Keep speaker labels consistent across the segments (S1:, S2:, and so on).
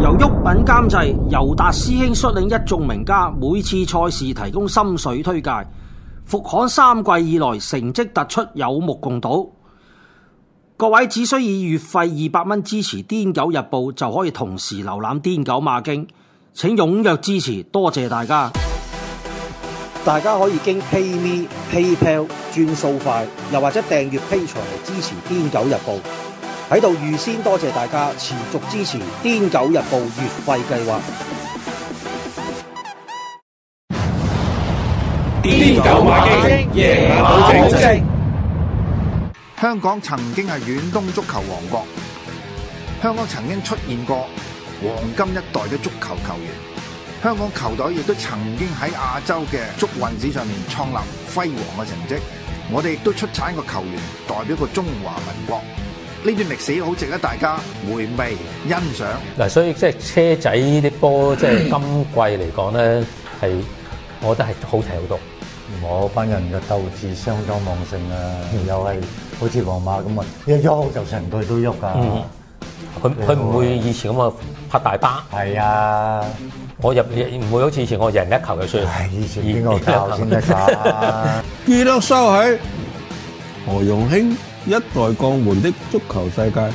S1: 由郁品監製，尤達師兄率領一眾名家，每次賽事提供心水推介。復刊三季以來成績突出，有目共睹。各位只需以月費二百蚊支持《癲狗日報》，就可以同時瀏覽《癲狗馬經》。請踴躍支持，多謝大家！
S2: 大家可以經 PayMe、PayPal 轉數快，又或者訂閱 Patreon 嚟支持《癲狗日報》。喺度預先多謝大家持續支持《癲狗日報》月費計劃。
S3: 癲狗馬經夜馬正正，
S4: 香港曾經係遠東足球王國，香港曾經出現過黃金一代嘅足球球員，香港球隊亦都曾經喺亞洲嘅足運史上面創立輝煌嘅成績。我哋亦都出產個球員代表過中華民國，呢段歷史好值得大家回味欣賞。
S5: 嗱，所以即係車仔呢啲波，即係今季嚟講咧，係我覺得係好睇好多。
S6: 我班人嘅鬥志相當旺盛啊！又係好似皇馬咁啊，一喐就成隊都喐
S5: 嗯
S6: 噶。
S5: 佢佢唔會以前咁啊拍大巴，
S6: 係啊，
S5: 我入唔會好似以前我贏一球就算。
S6: 唉，以前邊個教先得㗎？
S7: 記得收起。何容興一代降門的足球世界，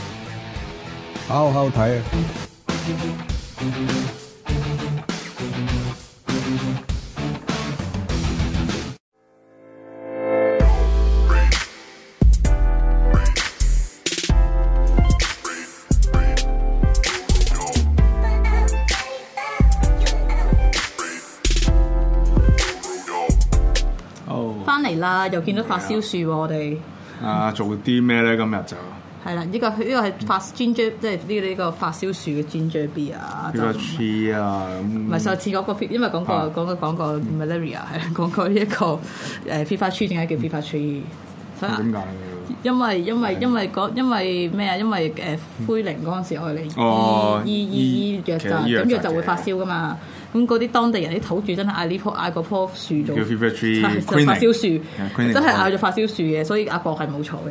S7: 好好睇啊！
S8: 哦，
S9: 翻嚟啦，又見到發燒樹喎，我哋
S8: 嗯啊，做啲咩咧？今日就
S9: 係啦，呢個呢個係發 ginger，即係呢個呢個發燒樹嘅 ginger beer 啊，
S8: 呢
S9: 就
S8: 個 tree 啊，
S9: 唔
S8: 咁
S9: 係上次嗰個 fit- 因為講過
S8: 啊
S9: 講過講過 malaria 係啊 講過呢一個誒 FIFA tree 點解叫 FIFA tree？所以
S8: 嗯
S9: 啊
S8: 點解？
S9: 因為因為因為嗰因為咩啊？因為誒灰靈嗰陣時我
S8: 哦
S9: 哋醫醫醫醫
S8: 醫
S9: 藥
S8: 其
S9: 就
S8: 實醫藥
S9: 咁藥
S8: 劑
S9: 就會
S8: 嘅
S9: 發燒噶嘛。咁嗰啲當地人啲土著真係嗌呢棵嗌嗰棵樹做
S8: 叫 fever tree，
S9: 就發燒樹
S8: Queening，
S9: 真係嗌咗發燒樹嘅，所以阿國係冇錯嘅，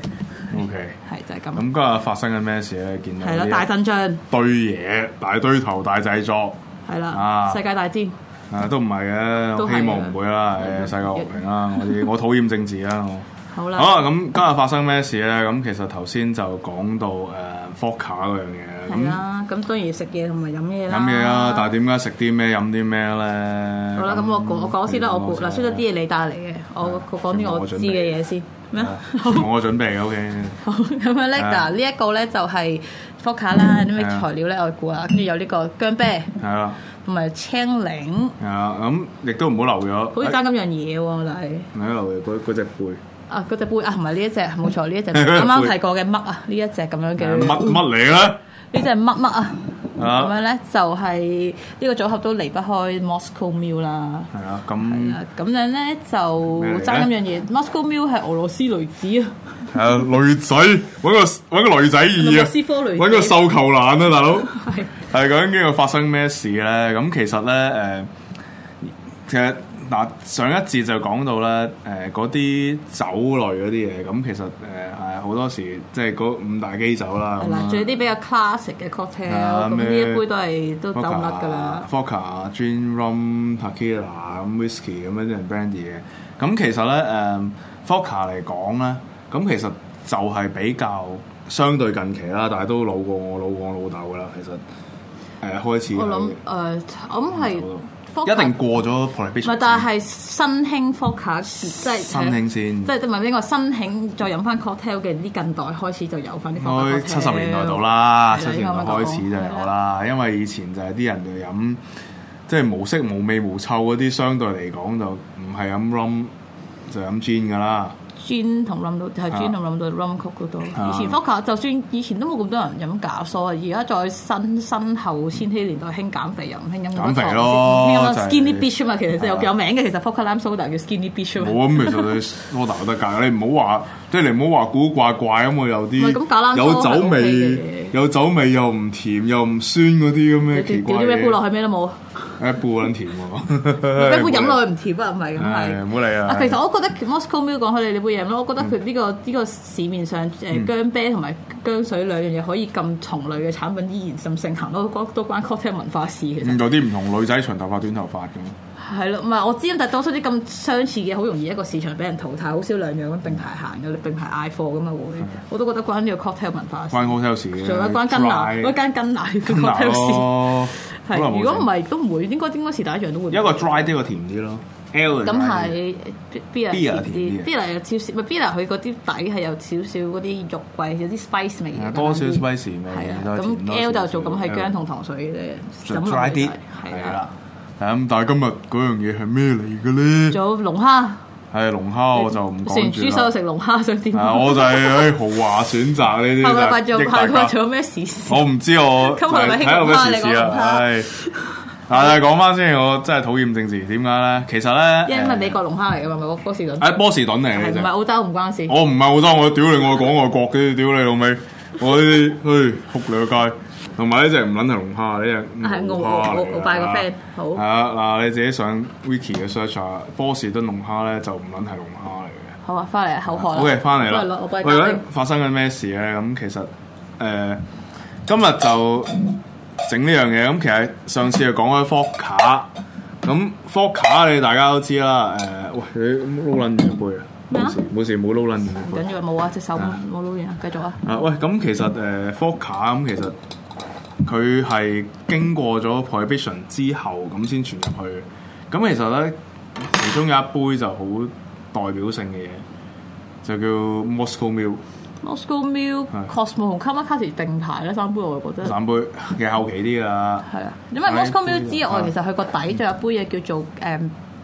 S8: O K，
S9: 係就係
S8: 咁啊
S9: 咁。
S8: 今日發生緊咩事咧？見到
S9: 係啦，
S8: 呢
S9: 大
S8: 一
S9: 陣仗
S8: 堆嘢，大堆頭，大製作。
S9: 係啦
S8: 啊，
S9: 世界大戰
S8: 啊，都唔係嘅，
S9: 都
S8: 我
S9: 係
S8: 希望
S9: 嘅
S8: 唔會啦，誒世界和 平啦，我啲我討厭政治啦，我。
S9: 好
S8: 好
S9: 啦，
S8: 啊，咁今日發生咩事咧？咁其實頭先就講到誒 f o c a 嗰樣
S9: 係
S8: 嘢，咁
S9: 啦，咁當然食嘢同埋飲嘢啦。
S8: 飲嘢啊啦，但係點解食啲咩飲啲咩咧？
S9: 好啦，咁我講我講先啦，我估嗱，出咗啲
S8: 啊
S9: 嘢你帶嚟嘅，我我講啲我知嘅嘢先咩啊？ 好
S8: 係我準備嘅 OK。
S9: 好咁樣咧，
S8: 啊
S9: 嗱呢一個咧就係 f o c a 啦，啲咩
S8: 係啊
S9: 材料咧我估啦，跟住有呢個姜啤
S8: 係啦，
S9: 同埋青檸，
S8: 係啦，咁亦都唔好漏咗。
S9: 好似爭咁樣嘢喎，但係
S8: 唔係留嗰嗰隻背，
S9: 啊嗰只杯啊，同埋呢一隻冇錯，呢 一隻啱啱提過嘅乜啊，呢一隻咁樣
S8: 乜
S9: 嘅
S8: 乜嚟咧？
S9: 呢只乜乜啊？
S8: 啊
S9: 咁樣咧就係呢個組合都離不開 Moscow Mule 啦。
S8: 係啊，咁
S9: 啊咁樣咧就
S8: 咩嚟嘅
S9: 爭咁樣嘢，Moscow Mule 係俄羅斯女子啊，
S8: 誒女仔揾個揾個女仔
S9: 俄
S8: 二
S9: 羅
S8: 啊，
S9: 斯科女
S8: 揾個
S9: 子。
S8: 瘦球男啊，大佬。
S9: 係
S8: 係究竟呢個發生咩事咧？咁其實咧誒、其實嗱、上一節就講到咧誒嗰啲酒類嗰啲嘢，咁其實誒係好多時即係嗰五大基酒
S9: 係
S8: 啦。咁啊
S9: 啦
S8: 啦，
S9: 仲有啲比較 classic 嘅 cocktail，
S8: 啊
S9: 咁呢
S8: 咩
S9: 一杯都係都走唔甩㗎啦。
S8: Vodka、Gin、Rum、Tequila 啊咁 Whisky 咁樣啲人 brandy 嘅。咁其實咧誒 Vodka 嚟講咧，咁其實就係比較相對近期啦，但係都老過我老過我老豆噶啦。其實誒、開始
S9: 我諗
S8: 係
S9: 誒，我諗係
S8: 嗯一
S9: Vodka-
S8: 定過咗
S9: 唔
S8: prohibition，
S9: 係，但係新興 Focus 即係
S8: 新興先
S9: 即係唔係呢個新興再飲翻 cocktail 嘅呢近代開始就有翻啲
S8: 應
S9: Vodka
S8: 該
S9: cocktail
S8: 哦七十年代到啦，
S9: 係
S8: 七
S9: 啦
S8: 十年代開始就有。啦，因為以前就係啲人就飲即係無色無味無臭嗰啲，相對嚟講就唔係飲 rum 就飲 gin 噶啦，
S9: gin 同 rum 到係
S8: 啊
S9: gin 同 rum 到 rum 曲嗰度。
S8: 啊
S9: 以前 Vodka 就算以前都冇咁多人飲假疏啊，而家再新新後千禧年代興減肥又唔興飲咁多
S8: 減肥
S9: 糖
S8: 咯
S9: 先唔興飲咁多
S8: 就係
S9: skinny bitch 啊嘛，其實有
S8: 啊
S9: 有名嘅，其實 Vodka lime soda 叫 skinny bitch 啊嘛。
S8: 冇咁其實你梳頭都得㗎，你唔好話即係你唔好話古怪怪咁，我有
S9: 唔
S8: 啲
S9: 係咁搞冷
S8: 有
S9: 梳係
S8: 酒
S9: OK 嘅
S8: 味，有酒味又唔甜又唔酸嗰啲咁
S9: 你掉
S8: 嘅奇怪
S9: 掉啲咩杯
S8: 嘢。
S9: 落去咩都冇，
S8: 一杯撚甜喎，
S9: 一杯飲 落去唔甜啊，唔係咁
S8: 唉
S9: 係。
S8: 唔好理啊嗯
S9: 啊，。其實我覺得 Moscow Mule 講開你呢杯嘢咧，我覺得佢呢、個呢、個市面上誒姜啤同埋姜水兩樣嘢可以咁同類嘅產品依然咁盛行咯，都關都關 cocktail 文化事其實
S8: 嗯有啲唔同女仔長頭髮、短頭髮咁，
S9: 係咯，唔係我知，但係多數啲咁相似嘅，好容易一個市場俾人淘汰，好少兩樣咁並排行嘅，並排嗌貨噶嘛會，我都覺得關呢個 cocktail 文化事。
S8: 嗯關 hotel 事嘅。
S9: 仲有關根拿
S8: dry-
S9: 嗰間根拿嘅
S8: 跟拿
S9: cocktail 事，
S8: 咯，
S9: 係
S8: 好耐
S9: 如
S8: 冇
S9: 果唔
S8: 食
S9: 係都唔會，應該應該是但一樣都會。
S8: 一個 dry 啲，一個甜啲咯。L
S9: 咁係 Billa
S8: Billa
S9: 甜
S8: 甜啲啊
S9: 啲，Billa 有少少，唔係 Billa 佢嗰啲底係有少少嗰啲肉桂，有啲 spice 味
S8: 係啊
S9: 嘅，
S8: 多
S9: 簡
S8: 少
S9: 單啲
S8: spicy 味
S9: 係啊，
S8: 多甜
S9: 咁
S8: 多
S9: L
S8: 少
S9: 就
S8: 少
S9: 做咁係
S8: L
S9: 姜同糖水嘅啫，
S8: 就
S9: 咁
S8: dry 啲，
S9: 係啦
S8: 係啦。。係咁，但係今日嗰樣嘢係咩嚟嘅咧？
S9: 仲有龍蝦，
S8: 係龍蝦我就唔
S9: 食完
S8: 講
S9: 豬
S8: 住
S9: 手
S8: 啦
S9: 就。食龍蝦，想點
S8: 啊
S9: 啊？
S8: 我就係唉豪華選擇呢 啲
S9: 下個禮拜
S8: 就
S9: 仲
S8: 係
S9: 有下個
S8: 益大
S9: 禮拜
S8: 家
S9: 仲有咩事先？
S8: 我唔知我
S9: 今日咪
S8: 睇
S9: 興
S8: 下有咩
S9: 啦
S8: 時事
S9: 你講
S8: 啊！
S9: 啦
S8: 唉，但係講翻先，我真係討厭政治，點解咧？其實咧，
S9: 因為
S8: 誒
S9: 美國龍蝦嚟㗎嘛，咪波士頓，
S8: 誒波士頓
S9: 係
S8: 嚟哎嘅
S9: 唔
S8: 啫
S9: 係。澳洲唔關事？
S8: 我唔係澳洲，我屌你，我講外國嘅，屌你老味，我呢啲，唉，仆你個街。同埋呢只唔撚係龍蝦，呢只
S9: 係
S8: 澳
S9: 澳
S8: 蝦
S9: 澳
S8: 嚟㗎
S9: 澳拜個 friend，好
S8: 係啊，嗱你自己上 Wiki 嘅 search 下，波士頓龍蝦咧就唔撚係龍蝦嚟嘅。
S9: 好啊，翻嚟啊口渴啦。
S8: OK，翻嚟啦
S9: 我。幫你
S8: 喂
S9: 打
S8: 咁
S9: 你
S8: 發生緊咩事咧？咁其實誒、今日就整呢樣嘢。咁其實上次就講開 f o c a 咁 f o c a 你大家都知啦。誒、喂，你撈撚住杯啊！
S9: 咩
S8: 冇
S9: 啊
S8: 事冇事，冇撈撚住
S9: 唔
S8: 杯。
S9: 緊要，冇啊，隻手冇撈嘢啊，繼續啊。
S8: 啊，喂，咁其實誒、f o c a 咁其實佢係經過咗 prohibition 之後咁先傳入去嘅。咁其實咧，其中有一杯就好代表性嘅嘢，就叫 Moscow Mule。
S9: Moscow Mule
S8: 係、
S9: Cosmo 同 Kamakati 定牌咧三杯，我覺得
S8: 散杯嘅後期啲㗎啦，
S9: 嗯係啊，因為
S8: 係
S9: Moscow Mule 之外，
S8: 係
S9: 其實佢個底仲有一杯嘢叫做誒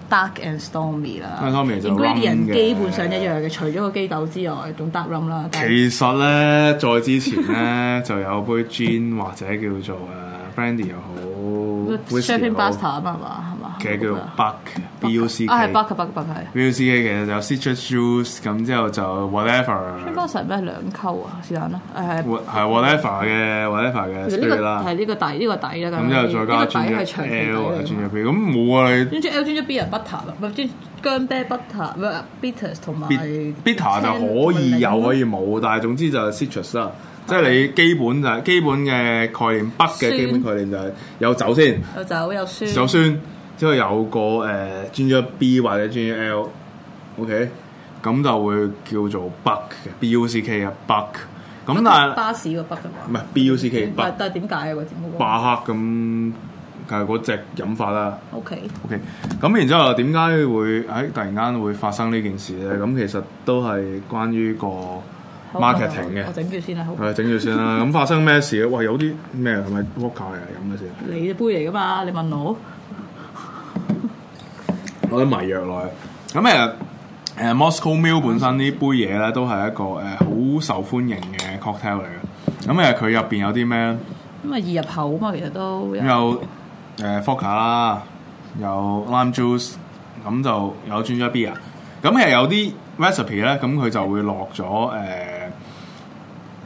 S9: Dark and Stormy 啦
S8: Dark and Stormy 就 rum 嘅
S9: ingredient 基本上一樣嘅，除咗個基酒之外，仲 Dark Rum 啦。但係
S8: 其實咧，再之前咧 就有杯 gin 或者叫做誒 brandy 又好
S9: Champagne
S8: whisky 又好
S9: Basta 啊嘛，係嘛係嘛，
S8: 其實叫
S9: 我
S8: 做
S9: 覺得
S8: buck b u c k
S9: 啊係 Buck 啊 Buck 啊 Buck 啊係。
S8: b u c k 其實就有 citrus juice 咁之後就
S9: Champagne
S8: whatever
S9: Basta 係咩兩溝啊？是但啦，誒係。
S8: what- 係 whatever 嘅 whatever 嘅
S9: 呢個
S8: spirit 啦
S9: 係，呢個底，呢個底啦。
S8: 咁之後再加
S9: 呢個
S8: 專
S9: 底係
S8: 一
S9: 長
S8: L 啊
S9: 期
S8: 專
S9: 底
S8: 一 B 咁冇啊你。
S9: 專咗 L 專咗 B 人 butter 啦，唔係專姜啤 butter，唔係 bitters 同埋
S8: bit- bitter 就可以有可以冇，但係總之就係 citrus 啦。即係你基本就係基本嘅概念，北嘅
S9: 嗯酸嗯
S8: 基本概念就係有酒先，
S9: 有酒有酸，
S8: 有酸，之後有個誒 ginger B 或者 ginger L，OK，咁就會叫做 buck 嘅 B U C K 啊 buck。咁但係
S9: 巴士個北嘅嘛，
S8: 唔係 B U C K
S9: 但
S8: buck
S9: 但係點解啊？嗰節目
S8: 巴克咁係嗰只飲法啦。
S9: O K，
S8: OK，咁然之後點解會喺突然間會發生呢件事咧？咁其實都係關於個 marketing 嘅
S9: 我。整住先啦，好，
S8: 係整住先 啦。咁發生咩事咧？喂，有啲咩係咪 vodka 嚟飲嘅先？
S9: 你杯嚟噶嘛？你問我，
S8: 我啲迷藥來。咁誒誒 Moscow Mule 本身呢杯嘢咧，都係一個誒好受歡迎嘅 cocktail 嚟嘅。咁誒呃佢入邊有啲咩咧？
S9: 咁啊易入口啊嘛，其實都
S8: 咁有誒 f o c a 啦，有 lime juice，咁就有 ginger beer。咁其實有啲 recipe 咧，咁佢就會落咗誒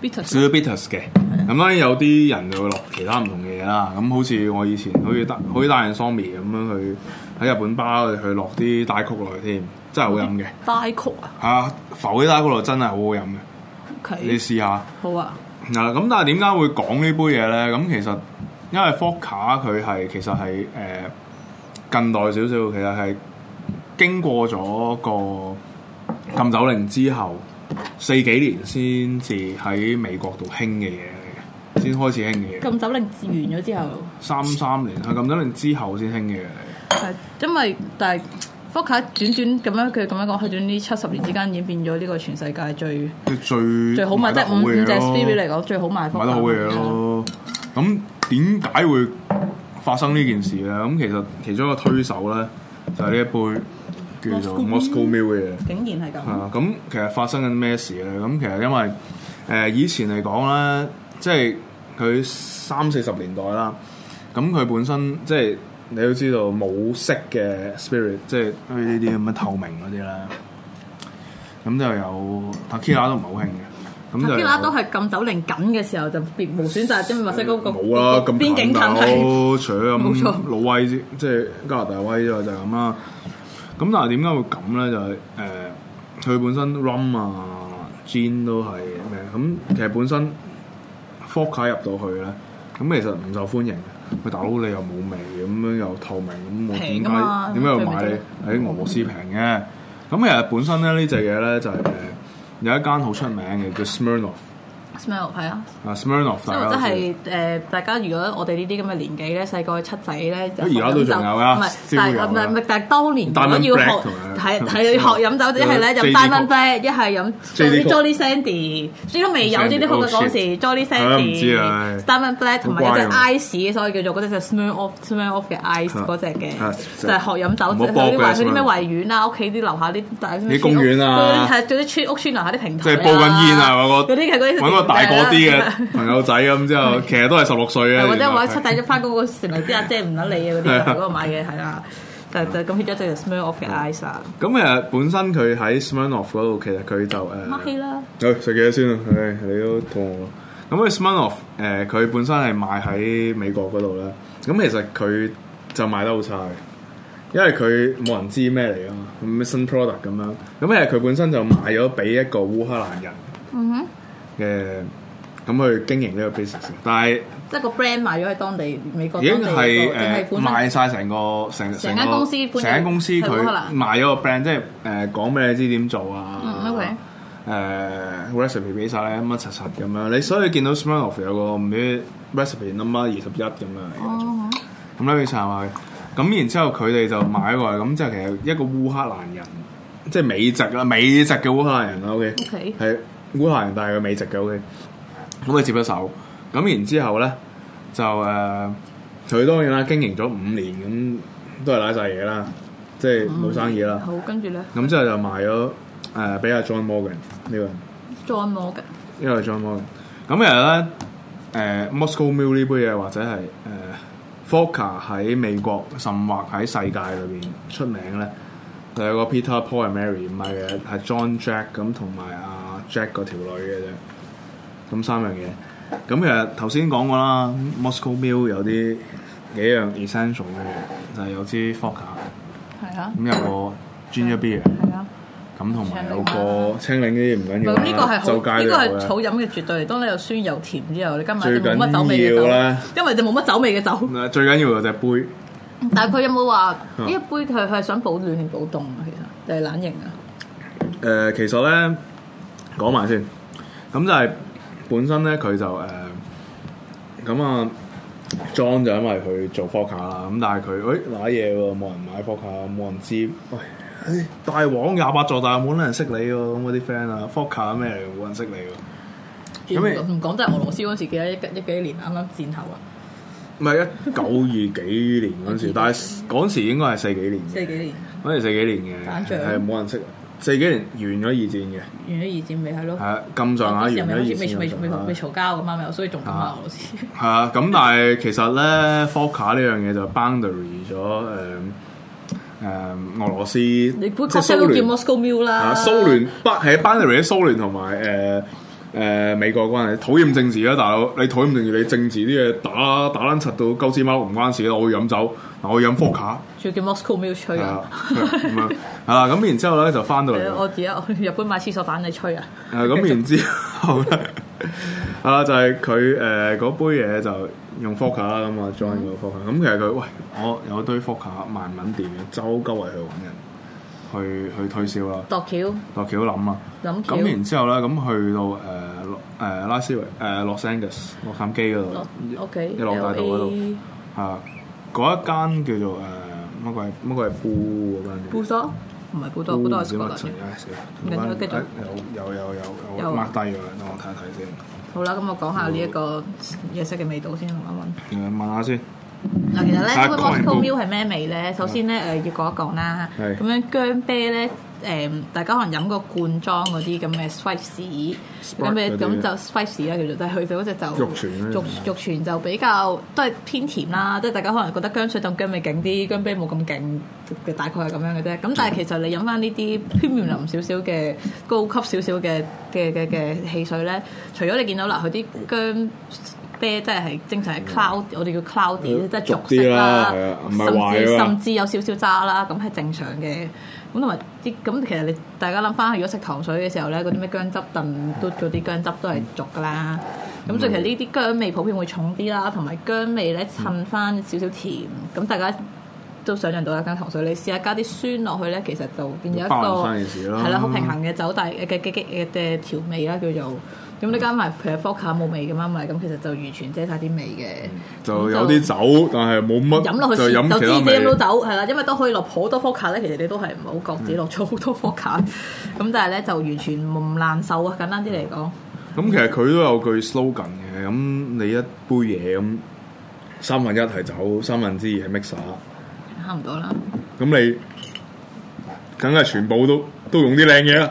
S9: bitters
S8: 少少 bitters 嘅。咁當然有啲人就會落其他唔同嘅嘢啦。咁好似我以前好似單好似單人 s o m i 咁樣去喺日本巴去落啲帶曲落去添，真係好飲嘅。
S9: 大曲啊
S8: 嚇、浮啲帶曲落去真係好好飲嘅，你
S9: ，OK，
S8: 試下。
S9: 好啊，
S8: 嗱，咁但係點解會講呢杯嘢咧？咁其實因為 Foca 佢係其實係誒、呃近代少少，其實係經過咗個禁酒令之後，四幾年先至喺美國度興嘅嘢嚟嘅，先開始興嘅嘢。
S9: 禁酒令完咗之後，
S8: 三三年係禁酒令之後先興嘅嘢嚟
S9: 係因為但係 f o c a 短短咁樣佢咁樣講，佢短呢七十年之間已經變咗呢個全世界最
S8: 嘅，最
S9: 最好賣，即
S8: 賣得
S9: 係
S8: 好
S9: 五五
S8: 嘅嘢
S9: 隻
S8: 咯
S9: spirit 嚟講最好賣啊 f
S8: 買得好嘅嘢咯。咁點解會發生呢件事咧？咁其實其中一個推手咧，就係、呢一杯叫做 Moscow
S9: Moscow
S8: Mule 嘅嘢。
S9: 竟然係咁
S8: 係。啊，咁其實發生緊咩事咧？咁其實因為誒、呃以前嚟講咧，即係佢三四十年代啦，咁佢本身即係你都知道冇色嘅 spirit，即係好似呢啲咁嘅透明嗰啲啦。咁就有 t a k i l a 都唔係好興嘅，咁就
S9: 基拉都係禁酒令緊嘅時候就別無選擇，因為墨啊西哥個
S8: 冇啦，咁
S9: 邊境近
S8: 近
S9: 係
S8: 有除咗
S9: 冇
S8: 咁
S9: 錯
S8: 老威之即係加拿大威之外就係咁啦。咁但係點解會咁咧？就係、呃誒，佢、本身 rum 啊、gin 都係咩？咁其實本身 f o c a 入到去咧，咁其實唔受歡迎嘅。喂，大佬你又冇味，咁樣又透明，咁我點
S9: 平㗎
S8: 解
S9: 嘛
S8: 點解要
S9: 最
S8: 買
S9: 尾
S8: 你？喺俄羅斯平嘅。咁其實本身咧呢只嘢咧就係、誒、呃有一間好出名嘅叫 Smirnoff
S9: smell 係啊，
S8: 啊，Smirnoff
S9: 因
S8: 大
S9: 為
S8: 家都
S9: 真
S8: 知
S9: 係誒，大家如果我哋呢啲咁嘅年紀咧，細個去七仔咧，就
S8: 而家都仲有啊
S9: 唔係，
S8: still
S9: 但
S8: 有啊
S9: 係唔係唔係，但係當年如果
S8: Diamond
S9: 要學
S8: Black 同埋
S9: 係
S8: Diamond
S9: 係要學飲酒，一係咧
S8: 有
S9: 飲
S8: JD
S9: Diamond Black，一係飲
S8: JD
S9: Jolly Jolly Sandy，呢都未有呢啲好嘅嗰
S8: Sandy，oh
S9: 時
S8: shit
S9: Jolly
S8: 係啊唔知
S9: Sandy
S8: 啊係、
S9: Diamond Black 同埋有隻
S8: 好乖
S9: Ice，所以叫做嗰隻 Smell Off Smell Off 嘅 Ice
S8: 啊
S9: 嗰只嘅
S8: 啊，
S9: 就係學飲酒，
S8: 唔
S9: 即
S8: 好
S9: 係
S8: 搏
S9: 佢啲
S8: 嘅
S9: 圍佢啲咩
S8: Smell
S9: 維園啊，屋企啲樓下啲大
S8: 啲公園啊
S9: 係做啲村屋村樓下啲平台，
S8: 即係煲緊煙啊！揾個
S9: 嗰啲係啊嗰啲
S8: 揾個大個啲 嘅朋友仔咁之後，其實都係十六歲嘅。
S9: 啊或者我喺七
S8: 係
S9: 仔咗翻嗰個成日啲阿姐唔撚理啊嗰啲，嗰個買嘅係啦，就就咁 hit 咗隻 smell off 嘅 ice 啊啦，
S8: 咁誒，本身佢喺 Smirnoff 嗰度，其實佢就誒，
S9: 乜氣啦，
S8: 誒食嘢先啊，唉你都肚餓啦。咁佢 Smirnoff 誒，佢本身係賣喺美國嗰度啦。咁其實佢就賣得好差嘅，因為佢冇人知咩嚟啊嘛，咁咩新 product 咁樣。咁其實佢本身就賣咗俾一個烏克蘭人
S9: 嗯哼，
S8: 嘅，咁去經營呢個 business 嘅。但係
S9: 即係個 brand 賣咗喺當地美國
S8: 已
S9: 當
S8: 經
S9: 地
S8: 係
S9: 嗰個定係
S8: 誒
S9: 本
S8: 賣
S9: 身
S8: 晒成個成
S9: 成
S8: 個
S9: 間公司搬咗
S8: 成間公司
S9: 去
S8: 佢
S9: 烏克蘭
S8: 賣咗個 brand，即係誒講俾你知點做
S9: 嗯，OK
S8: 啊，誒 recipe 俾晒咧乜柒柒咁樣，你所以見到 Smirnoff 有個唔知 recipe number 二十一咁樣，
S9: 哦
S8: 咁咧佢查埋，咁然之後佢哋就買過嚟，咁即係其實一個烏克蘭人，即係美籍啦，美籍嘅烏克蘭人啦，OK。
S9: ，OK，
S8: 係烏克蘭，但係佢美籍嘅 OK。咁佢接咗手，咁然之後咧就誒，呃佢、當然啦，經營咗五年，咁都係拉晒嘢啦，即係冇生意啦。
S9: 嗯好，跟住咧
S8: 咁之後就賣咗誒俾阿 John Morgan 呢個人，
S9: ，John Morgan
S8: 呢個係 John Morgan。咁其實咧誒、呃 Moscow Mule 呢杯嘢或者係誒。呃 Vodka 喺美國甚或喺世界裏邊出名咧，就有個 Peter Paul and Mary 唔係嘅，係 John Jack 咁同埋阿 Jack 嗰條女嘅啫。咁三樣嘢，咁其實頭先講過啦，Moscow Mule 有啲幾樣 essential 嘅嘢，就係、有支 Vodka，
S9: 係啊，
S8: 咁有個 Ginger Beer，
S9: 係啊。
S8: 咁同埋有個清檸呢啲唔緊要
S9: 咁
S8: 啦，
S9: 呢個係好，
S8: 就街
S9: 呢個
S8: 都有
S9: 係
S8: 嘅
S9: 好飲嘅絕對嚟。當你有酸有甜之後，你今晚
S8: 最
S9: 就冇乜酒味
S8: 緊要
S9: 嘅
S8: 咧
S9: 酒，因為就冇乜酒味嘅酒。
S8: 誒啊最緊要有隻杯。
S9: 但係佢有冇話
S8: 嗯
S9: 呢一杯佢係想保暖定保凍啊？其實定係冷型啊？
S8: 誒、呃其實咧講埋先，咁就係本身咧佢就誒咁、啊，John 就因為佢做 f o c a 啦，咁但係佢誒揦嘢喎，冇人買 f o c a 冇人知，喂、唉大王廿八座大冇人識你喎，咁嗰啲 friend 啊 f o c a 咩嚟，冇人識你
S9: 唔
S8: 喎。咁你
S9: 唔講真，俄羅斯嗰時記得一一幾年啱啱戰後啊，
S8: 唔係一九二幾年嗰陣時，但係嗰陣時應該係四幾年
S9: 四
S8: 嘅，
S9: 幾年
S8: 嗰陣時四幾年嘅，
S9: 反掌
S8: 係冇人識。四幾年完咗二戰嘅，
S9: 完咗二戰咪係咯。
S8: 係 啊咁上下
S9: 嗰
S8: 完
S9: 時
S8: 咗
S9: 又咪
S8: 二
S9: 好似
S8: 戰
S9: 未未
S8: 咁上
S9: 未
S8: 下
S9: 未嘈交咁啱又，所以仲咁啊
S8: 啊
S9: 俄羅斯。
S8: 係啊，咁但係其實咧 f o c a 呢樣嘢就 boundary 咗誒誒俄羅 斯，
S9: 你杯
S8: 即
S9: c o
S8: 係
S9: c
S8: 蘇
S9: 都叫
S8: 聯
S9: Moscow Mule 啦，
S8: 啊，蘇聯北係 boundary 咗蘇聯同埋誒誒美國關係，討厭政治啊，大佬，你討厭政治，你政治啲嘢打打撚柒到鳩屎貓唔關事啦，我要飲酒，嗱我要飲 f o c a
S9: 仲要叫 Moscow Mule 吹
S8: 係
S9: 啊
S8: 啊，！咁樣係啦，咁然之後咧就翻到嚟
S9: 係
S8: 啦
S9: 啊。我而家我日本買廁所蛋你吹啊！
S8: 誒咁然之後咧， 啊就係佢誒嗰杯嘢就用 f o c a 啦，咁啊 join 個 f o c a 咁其實佢喂我有堆 f o c a 慢慢掂嘅，周鳩圍去揾人去去推銷啦，
S9: 度橋
S8: 落橋諗啦。
S9: 諗橋
S8: 咁然之後咧，咁去到誒呃洛誒拉斯維誒洛杉磯呃洛杉磯嗰度
S9: 落，OK，
S8: 一落大道嗰度啊，嗰一間叫做誒呃乜鬼乜鬼 Boo 嗰間嘢。
S9: 布多唔係布多，布多係 s
S8: 嗯點啊
S9: c o t
S8: 乜柒
S9: l
S8: 唉死啦
S9: 唔緊要
S8: 我
S9: 啊繼續
S8: 哎有有有有
S9: 有
S8: 有
S9: 啊
S8: ，mark 低咗啦，等我睇一睇先。
S9: 好啦，咁我講下呢一個嘢食嘅味道先，慢慢揾。
S8: 誒問下先，
S9: 嗱，其實咧，
S8: 啊
S9: 呢杯
S8: 乾
S9: Moscow
S8: 杯
S9: Mule 係咩味咧？首先咧，誒要講一講啦。
S8: 啊係
S9: 咁樣薑啤咧，誒大家可能飲過罐裝嗰啲咁嘅 spicy，咁
S8: Spark
S9: 嘅
S8: 嗰啲啊
S9: 咁就 spicy 啦，叫做，但係佢哋嗰只就
S8: 肉啊泉咧
S9: 肉肉泉就比較都係偏甜啦，即係大家可能覺得薑水浸薑味勁啲，薑啤冇咁勁，大概係咁樣嘅啫。咁
S8: 嗯
S9: 但係其實你飲翻呢啲 premium 淋少少嘅高級少少嘅嘅嘅嘅汽水咧，除咗你見到嗱佢啲薑啤即係係正常係 cloud，我哋叫 cloudy，即係
S8: 濁
S9: 濁
S8: 呃啲
S9: 色
S8: 啦
S9: 啦
S8: 係啊，唔係
S9: 甚
S8: 壞
S9: 至
S8: 啊
S9: 甚至有少少渣啦，咁係正常嘅。咁同埋啲咁其實你大家諗翻，如果食糖水嘅時候咧，嗰啲咩薑汁燉嘟嗰啲薑汁都係濁噶啦。
S8: 嗯
S9: 咁所以其實呢啲薑味普遍會重啲啦，同埋薑味咧襯翻少少甜，咁大家。都想像到啦，間糖水你試下加啲酸落去咧，其實就變咗一
S8: 包含
S9: 個
S8: 返件事啦
S9: 係啦，好平衡嘅酒底嘅嘅嘅嘅嘅調味啦，叫做咁你加埋譬如伏卡冇味咁樣咪，咁其實就完全遮晒啲味嘅。
S8: 嗯就有啲酒，但係冇乜
S9: 飲落去
S8: 就
S9: 先
S8: 飲
S9: 就
S8: 其
S9: 知
S8: 他
S9: 你
S8: 味
S9: 飲。到酒係啦，因為都可以落好多伏卡咧。其實你都係唔好覺自己落咗好多伏卡，咁但係咧就完全唔難受啊！簡單啲嚟講，
S8: 咁其實佢都有句 slogan 嘅，咁你一杯嘢咁三分一係酒，三分之二係 mixer，
S9: 慳唔到啦。
S8: 咁你梗係全部都都用啲靚嘢啦，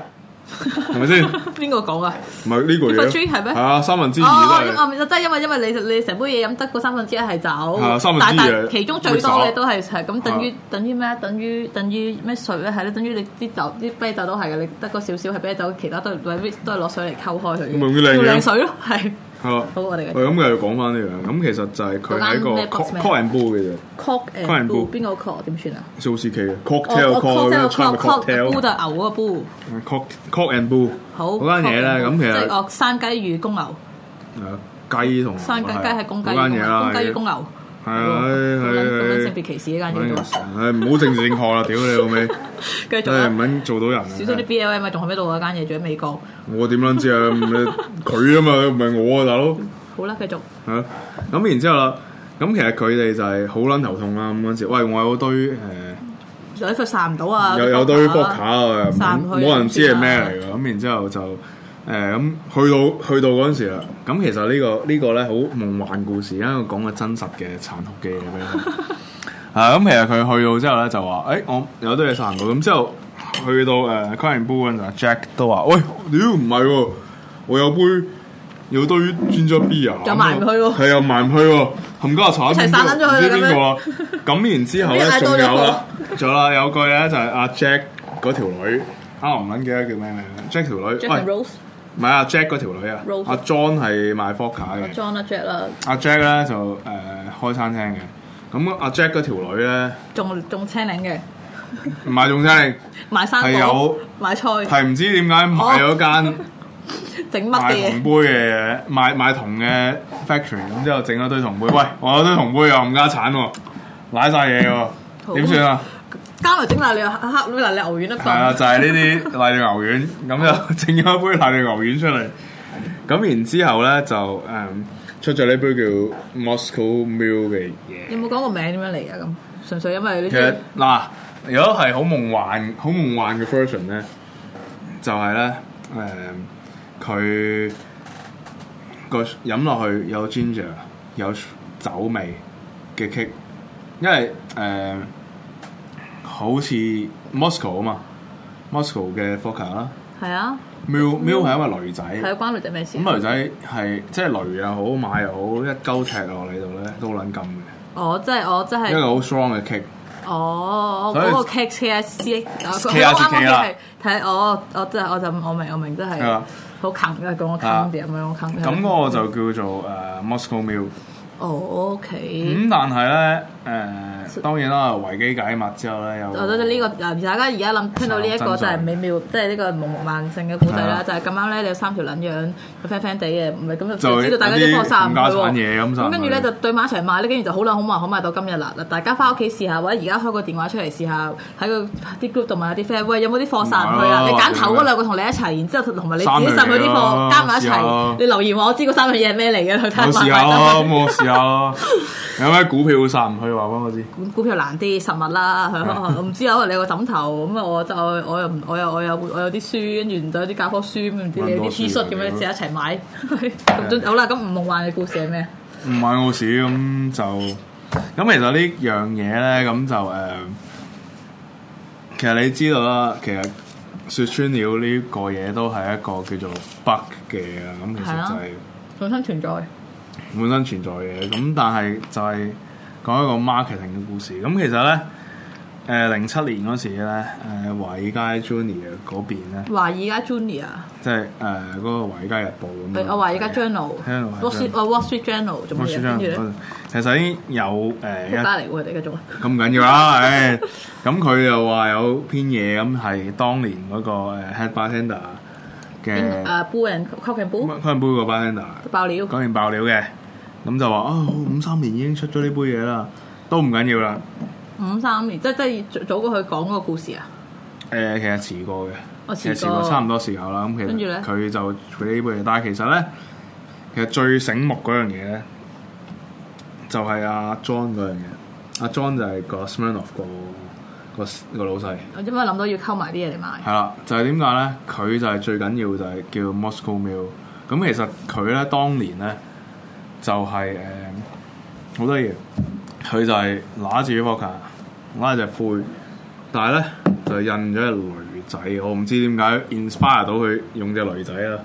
S8: 係咪先？唔
S9: 邊個講啊？
S8: 係呢個嘢
S9: 呢個
S8: 咯，
S9: drink 係咩
S8: 係啊，三分之
S9: 哦
S8: 二都係
S9: 哦，咪就真係因為因為你你成杯嘢飲得嗰三分之一係
S8: 啊
S9: 酒，
S8: 三分之二
S9: 但
S8: 係
S9: 但其中最多
S8: 會灑
S9: 嘅都係係咁，等於
S8: 啊
S9: 等於咩？等於等於咩水咧？係咧，等於你啲酒啲啤酒都係嘅，你得嗰少少係啤酒，其他都係都係攞水嚟溝開佢
S8: 咪用啲
S9: 嘅，
S8: 靚嘢
S9: 要靚水咯，係。
S8: 係啦。
S9: 好，我哋嘅
S8: 喂，咁佢又講翻呢樣，咁其實就係佢喺個
S9: 嗰間咩
S8: cock
S9: box 咩
S8: cock and bull 嘅啫
S9: cock
S8: Cock and
S9: and
S8: bull
S9: bull 邊個 cock 點算啊？
S8: ，C O C K 嘅
S9: 我
S8: cocktail
S9: 我
S8: call 咁樣
S9: cocktail
S8: cock
S9: cock
S8: cocktail
S9: 煲就牛嗰個煲，
S8: cock cock and bull
S9: 好
S8: 嗰間嘢咧，
S9: cock and
S8: 咁
S9: bull，
S8: 其
S9: 即
S8: 實
S9: 係哦山雞與公牛，
S8: 誒雞同
S9: 山雞雞係公雞與公
S8: 嗰間嘢
S9: 牛，
S8: 啦，
S9: 公雞與公牛，
S8: 係啊係
S9: 咁樣
S8: 係
S9: 咁樣
S8: 係
S9: 性別歧視呢間嘢都，
S8: 唉，唔好政治正確啦，屌你老味，
S9: 繼續
S8: 真係
S9: 啦。
S8: 唔肯做到人
S9: 少咗啲
S8: 啊。
S9: BLM 啊，仲喺邊度啊？間嘢仲喺美國。
S8: 我點撚知啊？唔係佢啊嘛，唔係我啊，大佬。
S9: 好啦，繼續。
S8: 係咯咁然之後啦，咁其實佢哋就係好撚頭痛啦。咁嗰陣時，喂，我有堆誒，
S9: 有佢散唔到啊！
S8: 有有堆科卡啊，
S9: 散
S8: 冇
S9: 唔去
S8: 冇人知係咩
S9: 唔
S8: 嚟㗎。咁然之後就誒咁去到去到嗰陣時啦。咁其實呢個呢個咧好夢幻故事，因為我講個真實嘅殘酷嘅嘢俾你聽。啊，咁其實佢去到之後咧就話：，誒、我有啲嘢散唔到。咁之後去到誒 c o n b o 嗰陣時阿，Jack 都話：，喂，屌唔係喎，我有杯有堆專咗 B 啊，
S9: 又埋唔去喎
S8: 係又埋唔去喎，冚家鏟，
S9: 一齊散撚咗佢啦
S8: 唔知邊個啊？咁然之後咧
S9: 唔知嗌
S8: 仲
S9: 多咗
S8: 有
S9: 個
S8: 啦，仲有啦，有句咧就係阿 Jack 嗰條女，啊我唔撚記得叫咩名啦，Jack 條女，
S9: Jack and
S8: 喂，
S9: Rose
S8: 唔係啊 Jack 嗰條女啊，
S9: Rose
S8: 阿 John 係賣 f o c a 嘅。
S9: John 啦，Jack 啦，
S8: 阿 Jack 咧就誒、呃、開餐廳嘅，咁啊阿 Jack 嗰條女咧
S9: 仲仲青嶺嘅，
S8: 唔係仲真係
S9: 買生
S8: 係
S9: 果
S8: 有、
S9: 買菜、
S8: 係唔知點解買咗間
S9: 整 乜
S8: 賣
S9: 嘅
S8: 銅
S9: 嘢，
S8: 杯嘅嘢，賣賣銅嘅 factory，咁之後整咗堆銅杯，喂，我有堆銅杯又冚家產喎，賴晒嘢喎，
S9: 好
S8: 點算啊？
S9: 加埋整瀨尿黑瀨尿牛丸一
S8: 係啊，
S9: 份，
S8: 就係呢啲瀨尿牛丸，咁就整咗一杯瀨尿牛丸出嚟。咁然之後咧就誒、嗯出咗呢杯叫 Moscow Mule 嘅嘢。
S9: 有冇講個名點樣嚟啊？咁純粹因為呢
S8: 其實
S9: 啲
S8: 嗱，如果係好夢幻、好夢幻嘅 version 咧，就係咧誒，佢、個飲落去有 ginger 有酒味嘅 kick，因為誒、好似 Moscow 啊嘛，Moscow 嘅 f o c a 啦
S9: 係啊，
S8: ，Mill Mill 係因為女仔，
S9: 係關女仔咩事？
S8: 咁啊女仔係即係雷又好買又好，一鳩踢落你度咧都好撚禁嘅，
S9: 哦，即係我即
S8: 一個
S9: 係
S8: 好 strong 嘅 kick。
S9: 哦，
S8: 所以
S9: 嗰個 K K S C，佢哦
S8: K S
S9: 啱啱
S8: K 啦
S9: 係睇我我即係我就我明我明，即
S8: 係
S9: 係
S8: 啊
S9: 好近嘅講我近
S8: 啊
S9: 啲咁樣，我近
S8: 咁我就叫做誒、呃 Moscow Mule。
S9: 哦，OK。
S8: 咁但係咧誒，當然啦，維基解密之後咧有，
S9: 我覺得呢個嗱，大家而家諗聽到呢一個就啊係美妙，即係呢個夢幻性嘅故仔啦。就係啊咁啱咧，你有三條撚樣，有 friend friend 地嘅，唔係咁就知道大家啲貨散唔去喎。咁跟住咧就對埋一齊賣咧，跟住就好撚好賣，好賣到今日啦。嗱，大家翻屋企試下，或者而家開個電話出嚟試下，喺個啲 group 度問下啲 friend，喂有冇啲貨散唔去啊？你揀頭嗰兩個同你一齊，然之後同埋你自己散佢啲貨加埋一齊，你留言話我知嗰三樣嘢係咩嚟嘅，去睇
S8: 我
S9: 下
S8: 試下咯，咁我試下咯。啊有咩股票散唔去話俾我知？
S9: 股票難啲實物 啦，係咯，我唔知啊，可能你有個枕頭咁啊，我就我又唔我又我又我有啲書，跟住就有啲教科書，唔知你有啲 T 恤咁樣，試下一齊 買。咁好啦，咁吳夢幻嘅故事係咩？啊
S8: 唔買澳市咁就咁，其實呢呃樣嘢咧咁就誒、其實你知道啦，其實説穿了呢個嘢都係一個叫做 bug 嘅嘢啦，咁其
S9: 係
S8: 實
S9: 啊
S8: 就係
S9: 本身存在，
S8: 本身存在嘅，咁但係就係講一個 marketing 嘅故事。咁其實咧，誒零七年嗰時咧，誒、華爾街 Junior 嗰邊咧，
S9: 華爾街 Junior，
S8: 即係誒嗰個華爾街日報咁樣。啊
S9: 我哦華爾街
S8: Journal，
S9: Journal，Wall Street，我 Wall Street 啊 Journal 做乜嘢？跟住咧，
S8: Journal，其實已經有呃誒、一
S9: 加嚟喎，你繼續啊。
S8: 咁唔緊要啦，唉，咁佢又話有篇嘢咁係當年嗰個誒 head bartender 嘅
S9: 誒 b u l and Cock and Bull
S8: 香杯個 bartender。
S9: 爆料，
S8: 講完爆料嘅，咁就話啊五三年已經出咗呢杯嘢啦，都唔緊要啦。
S9: 五三年，即即早早過佢講嗰個故事啊。
S8: 誒、其實遲過嘅，
S9: 我哦遲
S8: 其
S9: 過
S8: 實遲過差唔多時候啦。咁其
S9: 跟住呢
S8: 實佢就佢呢杯嘢，但係其實咧，其實最醒目嗰樣嘢咧，就係、阿 John 嗰樣嘢。阿 John 就係個 Smirnoff 個個個老細。
S9: 我點解諗到要溝埋啲嘢嚟賣？
S8: 係啦，就係點解咧？佢就係最緊要就係叫 Moscow Mule。咁其實佢咧當年咧就係誒好多嘢，佢就係揦住啲 v o d a 揦住隻杯，但係咧就印咗隻女仔。我唔知點解 inspire 到佢用隻女仔啦。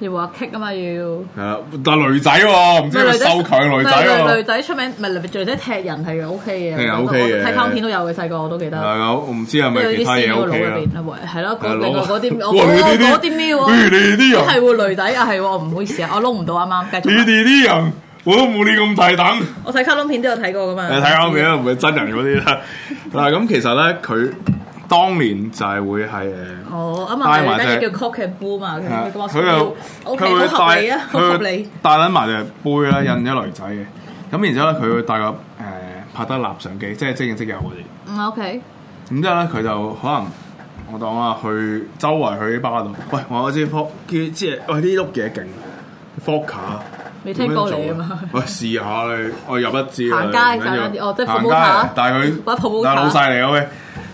S9: 要話 kick 啊嘛，要。
S8: 係啦，但係女仔喎、唔知佢收強女仔
S9: 唔係女
S8: 喎、
S9: 女仔出名，唔係女仔踢人係 O K 嘅，
S8: 係啊 OK 嘅
S9: 我睇卡通片都有嘅，細個我都記
S8: 係
S9: 得。
S8: 啊，我唔知係
S9: 因
S8: 咪
S9: 為
S8: 其
S9: 啲
S8: 他
S9: 線
S8: 嘢
S9: 喺個
S8: O
S9: 腦
S8: K
S9: 入
S8: 啦。
S9: 邊啊，係咯，
S8: 係
S9: 嗰
S8: 咯
S9: 另外嗰 啲我
S8: 哇你
S9: 我
S8: 呢啲
S9: 嗰啲 喵啊，
S8: 譬如你呢啲人
S9: 係喎女仔啊，係喎，我唔好意思啊，我撈唔到啱啱，繼
S8: 你
S9: 續啊。
S8: 哋啲人我都冇你咁大膽。
S9: 我睇卡通片都有睇過噶嘛。
S8: 你睇啱嘅，唔係真人嗰 啲啦。嗱，咁其實咧，佢當年就係會係誒，
S9: 哦，啱啊，
S8: 帶埋
S9: 女仔
S8: 隻
S9: 叫 cock and bull 嘛，佢
S8: 係
S9: 佢話
S8: 佢又
S9: O
S8: 佢
S9: K，
S8: 會
S9: 好合理
S8: 帶
S9: 啊，好合
S8: 佢會
S9: 理。
S8: 帶撚埋隻杯啦，印咗女仔嘅。咁然之後咧，佢會帶個誒拍得立相機，即係即影即有嗰啲。
S9: 嗯，O K，
S8: 咁之後咧，佢就可能我當啊，去周圍去啲巴度，喂，我有支 f o 叫即係喂呢碌嘢勁 f o c a
S9: 未聽過你啊嘛。
S8: 喂，試下你，我入一支
S9: 行街
S8: 啊唔緊要
S9: 簡單啲哦即係
S8: 行
S9: promoter
S8: 街，但係佢
S9: 玩 promoter
S8: 但係老細嚟嘅喂。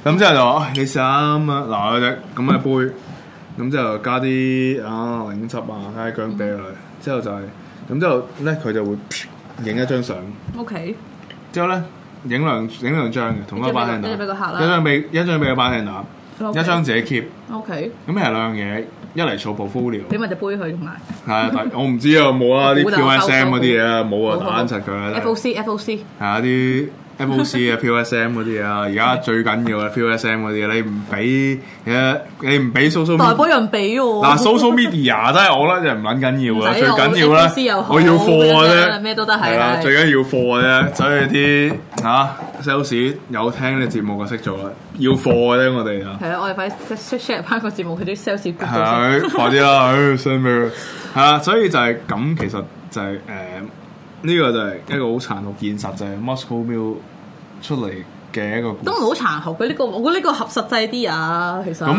S8: 咁之後就話啊你試下咁啊，嗱有隻咁嘅杯，咁之後加啲啊檸汁啊，加啲薑啤落去，之後就係咁之後咧，佢就會影一張相，
S9: O K，
S8: 之後咧影兩影兩張嘅，同一個
S9: 一張
S8: b
S9: 俾
S8: a
S9: 一張俾個客啦
S8: 一張俾一張俾個 b a r 一張自己 keep。
S9: O K，
S8: 咁其實兩樣嘢，一嚟做 portfolio，
S9: 俾埋隻杯佢同埋。
S8: 係啊，但我唔知啊，冇啊 啲
S9: 我估就
S8: QSM 嗰啲嘢啊，
S9: 冇
S8: 冇
S9: 冇冇
S8: 啊，打撚柒佢啦。真係
S9: F O C F O C，
S8: 係啊，啲 FOC 啊、POSM 嗰啲啊，而家最緊要啊 POSM 嗰啲，你唔俾誒，你唔俾 social
S9: 大波
S8: media
S9: 人俾我。
S8: 嗱 social media 真係我覺得就唔撚緊要
S9: 哦
S8: 啊，
S9: 唔使
S8: 最
S9: 啊
S8: 緊要
S9: 我 FOC 又
S8: 咧，
S9: 好
S8: 我要貨
S9: 咩都
S8: 嘅啫，
S9: 得咩都得係
S8: 係啦，
S9: 係
S8: 最緊要貨嘅啫，所以啲嚇 sales 有聽你節目就識做啦，要貨嘅啫，我哋啊。
S9: 係啊，我哋快即係 share 翻個節目，佢啲 sales group
S8: 係
S9: 度
S8: 啊
S9: 先。
S8: 快啲啦， 唉，send 俾佢。係啊，所以就係咁，其實就係誒呢個就係一個好殘酷現實，就係 Moscow Mule 出嚟嘅一個故事
S9: 都唔好殘酷嘅呢個，我覺得呢個合實際啲啊，其實
S8: 咁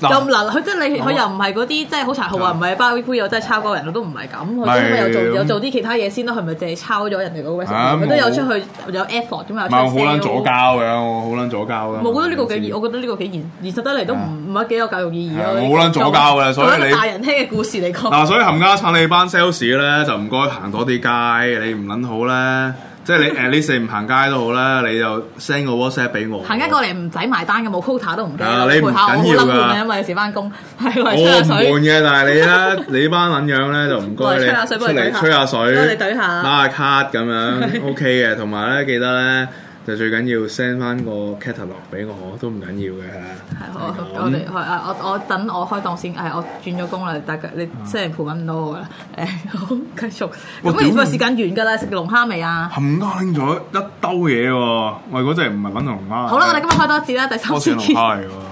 S8: 嗱
S9: 又唔嗱，佢即係你
S8: 好啊
S9: 佢又唔係嗰啲即係好殘酷啊，
S8: 嗱
S9: 唔係包灰又真係抄過人，我都唔係咁，佢
S8: 咪
S9: 都有做
S8: 咁
S9: 有做啲其他嘢先咯，佢咪淨係抄咗人哋嗰個 recipe，
S8: 啊
S9: 佢都有
S8: 冇
S9: 出去有 effort 咁嘛，
S8: 唔
S9: 有
S8: 係我
S9: 出去
S8: 好撚
S9: sell
S8: 左交啊嘅，我好撚左交嘅。
S9: 我覺得呢個幾
S8: 係
S9: 現，我覺得呢個幾現現實得嚟都唔唔係幾有教育意義
S8: 啊係啊
S9: 咯。
S8: 我好撚左膠嘅所以你啊
S9: 作為一個大人聽嘅故事嚟講，
S8: 嗱，所以冚家產你班 sales 咧就唔該行多啲街，你唔撚好咧，即係 你 at least 你唔行街都好啦，你就 send 個 WhatsApp 俾我。
S9: 行街過嚟唔使埋單嘅，冇 quota 都唔驚
S8: 啊
S9: 咯。
S8: 你唔
S9: 陪下我好
S8: 緊要
S9: 撚
S8: 㗎
S9: 悶啊，因為有時翻工係
S8: 我
S9: 嚟吹
S8: 唔
S9: 下水
S8: 悶。嘅，但 係你咧，你班撚樣咧就唔該你
S9: 喂吹下水
S8: 出
S9: 幫你懟
S8: 嚟
S9: 下
S8: 吹下水，
S9: 幫你懟下
S8: 拉下卡 咁樣 OK 嘅。同埋咧，記得咧就最緊要 send 翻個 catalog 俾我，都唔緊要嘅。
S9: 係我哦我哋我啊我我等我開檔先，誒哎我轉咗工啦，大家你即係陪揾唔到我啦， 誒好繼續。
S8: 嗯哇
S9: 咁其
S8: 屌
S9: 實時間完㗎啦，食龍蝦未啊？
S8: 冚家拎咗一兜嘢喎，喂嗰隻唔係撚龍蝦嚟嘅，
S9: 好啦，我哋今日開多一節啦，第三
S8: 多謝
S9: 次
S8: 啊龍
S9: 見。
S8: 蝦嚟喎。